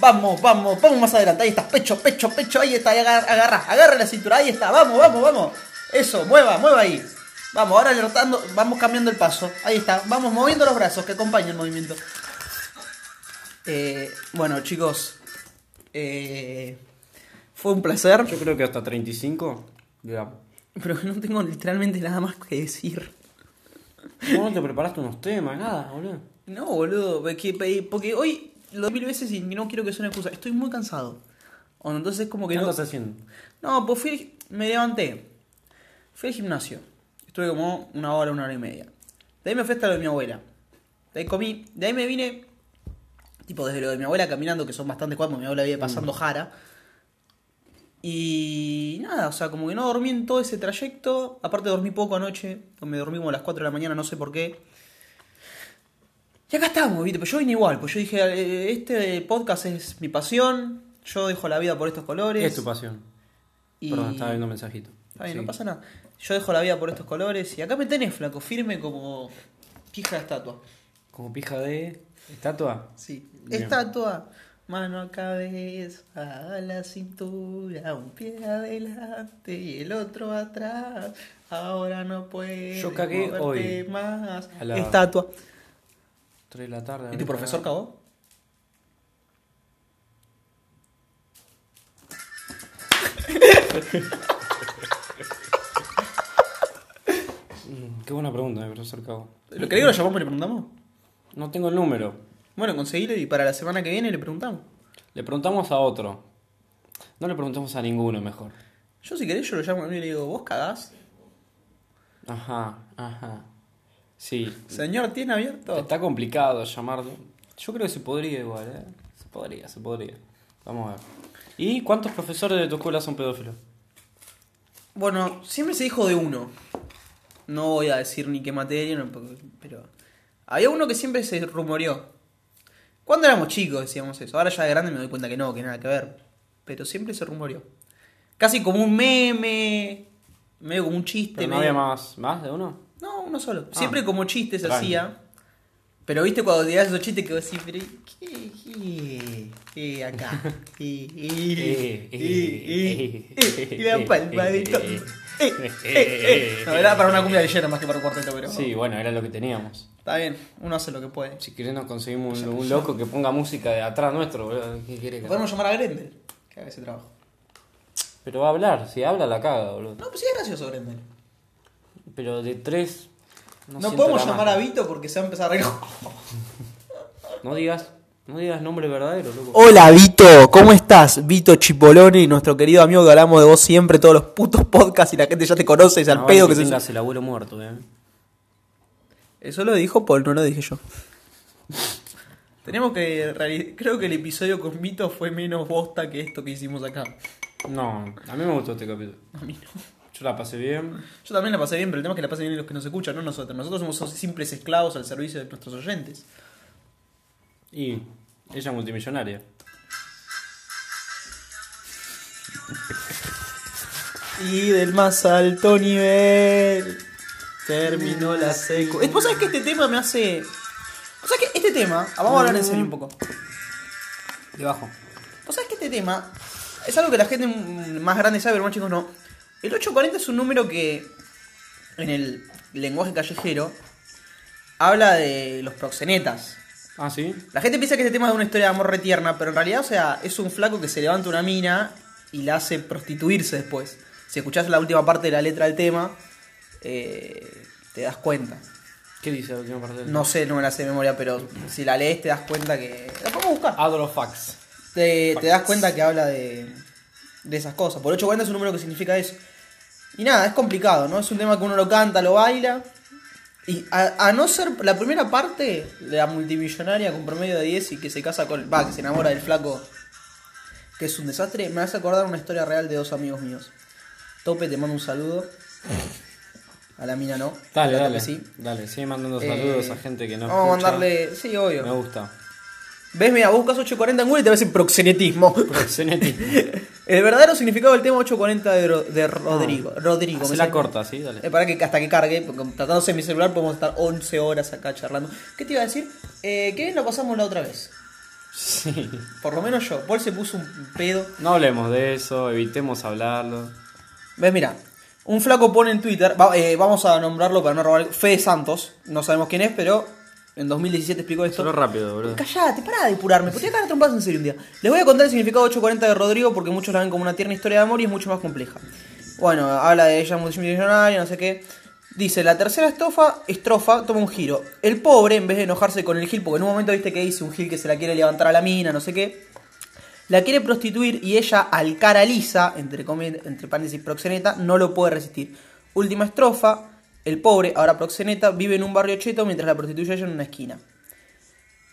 Vamos, vamos, vamos más adelante, ahí está, pecho, pecho, pecho, ahí está, ahí agar- agarra, agarra la cintura, ahí está, vamos, vamos, vamos. Eso, mueva, mueva ahí. Vamos, ahora rotando, vamos cambiando el paso, ahí está, vamos moviendo los brazos que acompañan el movimiento. Eh, bueno, chicos, eh, fue un placer.
Yo creo que hasta 35. *laughs* Ya.
Pero no tengo literalmente nada más que decir.
¿Cómo no te preparaste unos temas? Nada, boludo.
No, boludo, porque, porque hoy lo mil veces y no quiero que sea una excusa. Estoy muy cansado. O Entonces como que
¿Qué
no...
andas haciendo?
No, pues fui, al- me levanté. Fui al gimnasio. Estuve como una hora, una hora y media. De ahí me fui hasta lo de mi abuela. De ahí comí. De ahí me vine, tipo desde lo de mi abuela caminando, que son bastantes cuadros, mi abuela vive
Mm.
pasando jara. Y nada, o sea, como que no dormí en todo ese trayecto. Aparte dormí poco anoche, pues me dormí como a las 4 de la mañana, no sé por qué. Y acá estamos, ¿viste? Pero yo vine igual, pues yo dije, "Eh, este podcast es mi pasión, yo dejo la vida por estos colores.
Es tu pasión.
Y-
Perdón, estaba viendo un mensajito.
Está bien,
Sí.
no pasa nada. Yo dejo la vida por estos colores y acá me tenés, flaco, firme como pija de estatua.
Como pija de estatua.
Sí,
Bien.
estatua, mano a cabeza, a la cintura, un pie adelante y el otro atrás. Ahora no puedes
Yo cagué
moverte
hoy.
más.
A la-
Estatua.
3 de la tarde.
¿Y tu profesor cagó?
Mm, Qué buena pregunta, mi profesor Cabo.
¿Lo querés que lo llamamos y le preguntamos?
No tengo el número.
Bueno, conseguilo y para la semana que viene le preguntamos.
Le preguntamos a otro. No le preguntamos a ninguno mejor.
Yo si querés yo lo llamo y le digo, ¿vos cagás?
Ajá, ajá. Sí.
Señor, ¿tiene abierto?
Está complicado llamarlo. Yo creo que se podría igual, ¿eh? Se podría, se podría. Vamos a ver. ¿Y cuántos profesores de tu escuela son pedófilos?
Bueno, siempre se dijo de uno. No voy a decir ni qué materia, no, porque- pero. Había uno que siempre se rumoreó. Cuando éramos chicos decíamos eso. Ahora ya de grande me doy cuenta que no, que nada que ver. Pero siempre se rumoreó. Casi como un meme. Medio como un chiste.
Pero no
medio-
había más, más de uno.
No, uno solo.
Ah.
Siempre como chistes se
Tranqui.
hacía. Pero viste cuando tirás esos chistes que vos decís, pero ¿qué? ¿Qué? ¿Qué? Acá. *laughs* Eh, eh, eh, eh, eh, Y la palmadita. Eh, eh, eh. No, era para una cumbia de lleno más que para un cuarteto, pero.
Sí, bueno, era lo que teníamos.
Está bien, uno hace lo que puede.
Si querés nos conseguimos
Pues
un, un loco que ponga música de atrás nuestro, boludo. ¿Qué querés que haga?
Podemos llamar a Grendel, que haga ese trabajo.
Pero va a hablar, si habla la caga, boludo.
No, pues sí es gracioso Grendel.
Pero de tres...
No,
siento
podemos
la
llamar
mano.
a Vito porque se va a empezar a reír.
No digas, no digas nombre verdadero, loco.
Hola Vito, ¿cómo estás? Vito Chipoloni, nuestro querido amigo que hablamos de vos siempre, todos los putos podcasts y la gente ya te conoce, es al
No,
pedo
vale
que
que
se...
tengas el abuelo muerto, eh.
Eso lo dijo Paul, no lo dije yo. *laughs* Tenemos que reali- Creo que el episodio con Vito fue menos bosta que esto que hicimos acá. *laughs*
No, a mí me gustó este capítulo.
A mí no.
Yo la pasé bien.
Yo también la pasé bien, pero el tema es que la pasen bien los que nos escuchan, no nosotros. Nosotros somos so- simples esclavos al servicio de nuestros oyentes.
Y ella multimillonaria.
Y del más alto nivel terminó la secu. Eh, ¿Vos sabés que este tema me hace. ¿Vos sabés que este tema. ah, Vamos a hablar en serio un poco.
Debajo.
¿Vos sabés que este tema es algo que la gente mm, más grande sabe, pero más chicos no? El 840 es un número que, en el lenguaje callejero, habla de los proxenetas.
Ah, sí.
La gente piensa que este tema es una historia de amor retierna, pero en realidad, o sea, es un flaco que se levanta una mina y la hace prostituirse después. Si escuchás la última parte de la letra del tema, eh, te das cuenta.
¿Qué dice la última parte del
No sé, no me la sé de memoria, pero si la lees te das cuenta que. La podemos buscar.
Adrofax.
Te, te das cuenta que habla de, de esas cosas. Por 8 cuenta es un número que significa eso. Y nada, es complicado, ¿no? Es un tema que uno lo canta, lo baila. Y a, a no ser la primera parte, la multimillonaria con promedio de 10 y que se casa con. Va, que se enamora del flaco, que es un desastre, me hace acordar una historia real de dos amigos míos. Tope, te mando un saludo. A la mina no.
Dale,
a la
dale.
Tope sí.
Dale, sigue mandando
Eh,
saludos a gente que no.
Vamos a
escucha.
mandarle. Sí,
Me
obvio.
gusta. *laughs*
Ves, mira, buscas 840 en Google y te ves
*laughs*
en proxenetismo.
Proxenetismo.
El verdadero significado del tema 840 de, Ro- de Rodrigo. Rodrigo, me
Se la
sale-
corta, sí, dale.
Eh, para que hasta que cargue, porque tratándose de mi celular podemos estar 11 horas acá charlando. ¿Qué te iba a decir? Eh, ¿Qué bien lo pasamos la otra vez?
Sí.
Por lo menos yo. Paul se puso un pedo.
No hablemos de eso, evitemos hablarlo.
Ves, mira. Un flaco pone en Twitter, va- eh, vamos a nombrarlo para no robar, Fede Santos, no sabemos quién es, pero en 2017 explicó esto.
Solo rápido, boludo.
Callate, pará de apurarme, porque acá la trompadas en serio un día. Les voy a contar el significado de 840 de Rodrigo porque muchos la ven como una tierna historia de amor y es mucho más compleja. Bueno, habla de ella multimillonaria, no sé qué. Dice, la tercera estrofa, estrofa toma un giro. El pobre, en vez de enojarse con el gil, porque en un momento viste que dice un gil que se la quiere levantar a la mina, no sé qué. La quiere prostituir y ella, al cara lisa, entre, comi- entre paréntesis proxeneta, no lo puede resistir. Última estrofa, el pobre, ahora proxeneta, vive en un barrio cheto mientras la prostituye ella en una esquina.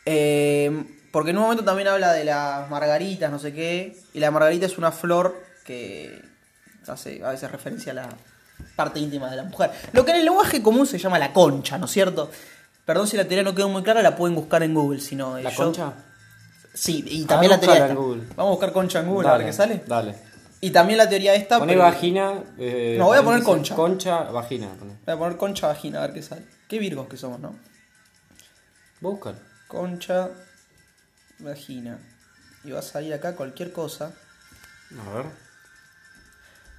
Eh, porque en un momento también habla de las margaritas, no sé qué. Y la margarita es una flor que hace a veces referencia a la parte íntima de la mujer. Lo que en el lenguaje común se llama la concha, ¿no es cierto? Perdón si la teoría no quedó muy clara, la pueden buscar en Google, si no. eh,
¿La
yo-
concha?
Sí, y también
Ah,
la teoría.
buscala en
esta.
Google.
Vamos a buscar concha en Google a ver qué sale.
Dale.
Y también la teoría esta.
Poné
pero-
vagina. eh,
No, voy a poner
paréntesis,
concha.
Concha, vagina. poné.
Voy a poner concha vagina a ver qué sale. Qué virgos que somos, ¿no?
Vos Búscalo.
Concha vagina. Y va a salir acá cualquier cosa.
A ver.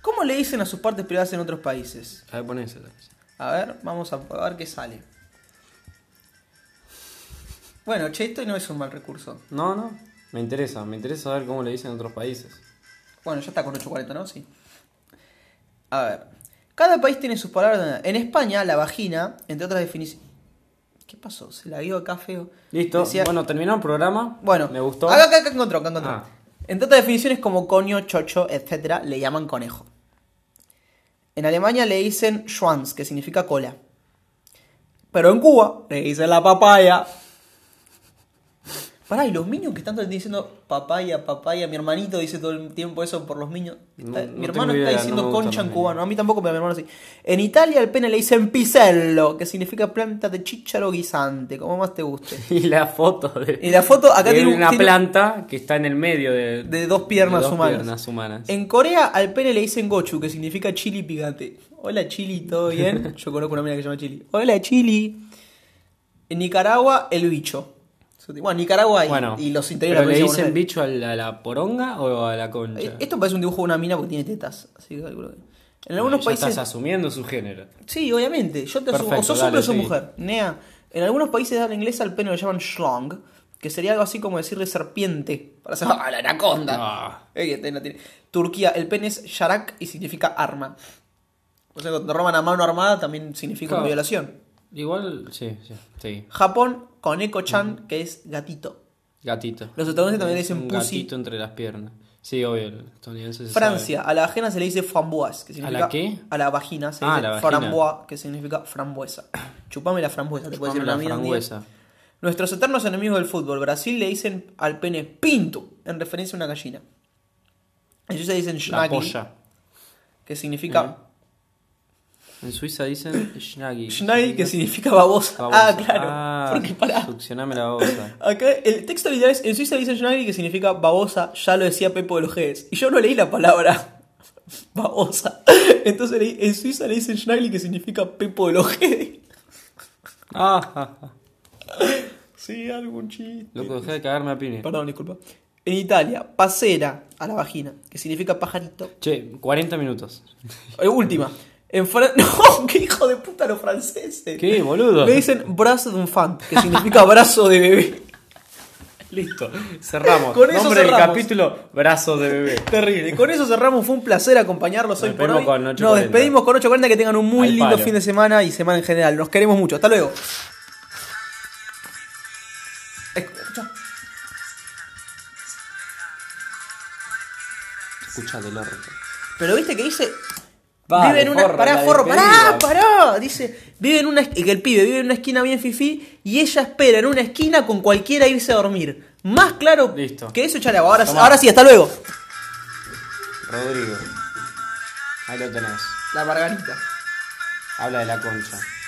¿Cómo le dicen a sus partes privadas en otros países?
A ver, poné eso. dale.
A ver, vamos a a ver qué sale. Bueno, che, esto no es un mal recurso.
No, no. Me interesa, me interesa ver cómo le dicen en otros países.
Bueno, ya está con 840, ¿no? Sí. A ver. Cada país tiene sus palabras. En España, la vagina, entre otras definiciones. ¿Qué pasó? Se la guió acá feo.
Listo.
Decía-
Bueno, terminó el programa.
Bueno,
Me gustó. *laughs*
Acá, acá, acá encontró, acá encontró.
Ah.
Entre otras definiciones como coño, chocho, etc., le llaman conejo. En Alemania le dicen Schwanz, que significa cola. Pero en Cuba le dicen la papaya. Pará, y los niños que tanto están diciendo papaya, papaya, mi hermanito dice todo el tiempo eso por los niños.
No,
Está-
no tengo
mi hermano
idea,
está
no
diciendo
me gustan
concha en
los
cubano, a mí tampoco, pero a mi hermano sí. En Italia al pene le dicen pisello, que significa planta de chícharo guisante, como más te guste.
Y la foto de.
Y la foto Eh, acá
de
tiene un-
una
tiene-
planta que está en el medio de,
De dos piernas
de dos
humanas. Eh,
piernas humanas.
En Corea al pene le dicen gochu, que significa chili picante. Hola chili,
*laughs*
¿todo bien? Yo conozco una mina que se llama chili. Hola chili. En Nicaragua, el bicho. Bueno, Nicaragua y,
Bueno,
y los interiores.
¿pero
de
le
la provincia de
dicen
Buenos
bicho a la, a la poronga o a la
Aires.
concha?
Eh, Esto parece un dibujo de una mina porque tiene tetas. así que calculo que- En algunos
Ya
países...
Estás asumiendo su género.
Sí, obviamente. Yo te asumo.
Perfecto,
O sos
dale,
hombre o sos
sí.
mujer. Nea. En algunos países de habla inglesa al pene lo llaman schlong, que sería algo así como decirle serpiente. Para hacer *laughs* ¡Ah, la anaconda!
Ah.
Eh, que te- no tiene- Turquía, el pene es yarak y significa arma. O sea, cuando te roban a mano armada también significa una
Claro.
violación.
Igual, sí, sí, sí.
Japón, koneko-chan, que es gatito.
Gatito.
Los estadounidenses también le
un
dicen pussy.
gatito entre las piernas. Sí, obvio, el estadounidense se
Francia, a la vagina se le dice framboise, que significa...
la qué?
A la vagina se
Ah,
dice
la vagina.
framboise, que significa frambuesa. Chupame la frambuesa, te puede
sabe.
decir
la
una mina un día.
frangüesa.
Nuestros eternos enemigos del fútbol, Brasil le dicen al pene pinto, en referencia a una gallina. Ellos le dicen
La
schnagli,
polla. Eh,
que significa...
En Suiza dicen Schnaggy.
Schnagli, que significa babosa.
Babosa.
Ah, claro.
Ah,
Porque pará.
Succioname la babosa.
Acá el texto literal es, en Suiza le dicen Schnagli, que significa babosa, ya lo decía Pepo de los Jedes. Y yo no leí la palabra *laughs* babosa. Entonces leí, en Suiza le dicen Schnagli, que significa Pepo de los Jedes.
Ah, ah, ah.
Sí, algún chiste.
Loco, dejá de cagarme a pines.
Perdón, disculpa. En Italia, pasera a la vagina, que significa pajarito.
Che, 40 minutos.
Eh, última. En Fran... *laughs* No, qué hijo de puta los franceses.
¿Qué, boludo?
Me dicen brazo de un fan, que significa brazo de bebé.
Listo, cerramos.
Con eso
Nombre
cerramos.
del capítulo, brazos de bebé.
Terrible. Con eso cerramos. Fue un placer acompañarlos
Nos
hoy por
despedimos con
hoy. Nos
8:40.
despedimos con 8.40. Que tengan un muy
Al
lindo
palo.
fin de semana y semana en general. Nos queremos mucho. Hasta luego. Escucha.
Escucha del orto.
Pero viste que dice.
Vale,
vive en una.
forro,
pará,
la
forro, pará,
despedida.
pará. Dice. Vive en una. Que el pibe vive en una esquina bien fifí. Y ella espera en una esquina con cualquiera irse a dormir. Más claro
Listo.
que eso, chale. Ahora,
Tomá.
ahora sí, hasta luego.
Rodrigo. Ahí lo tenés.
La margarita.
Habla de la concha.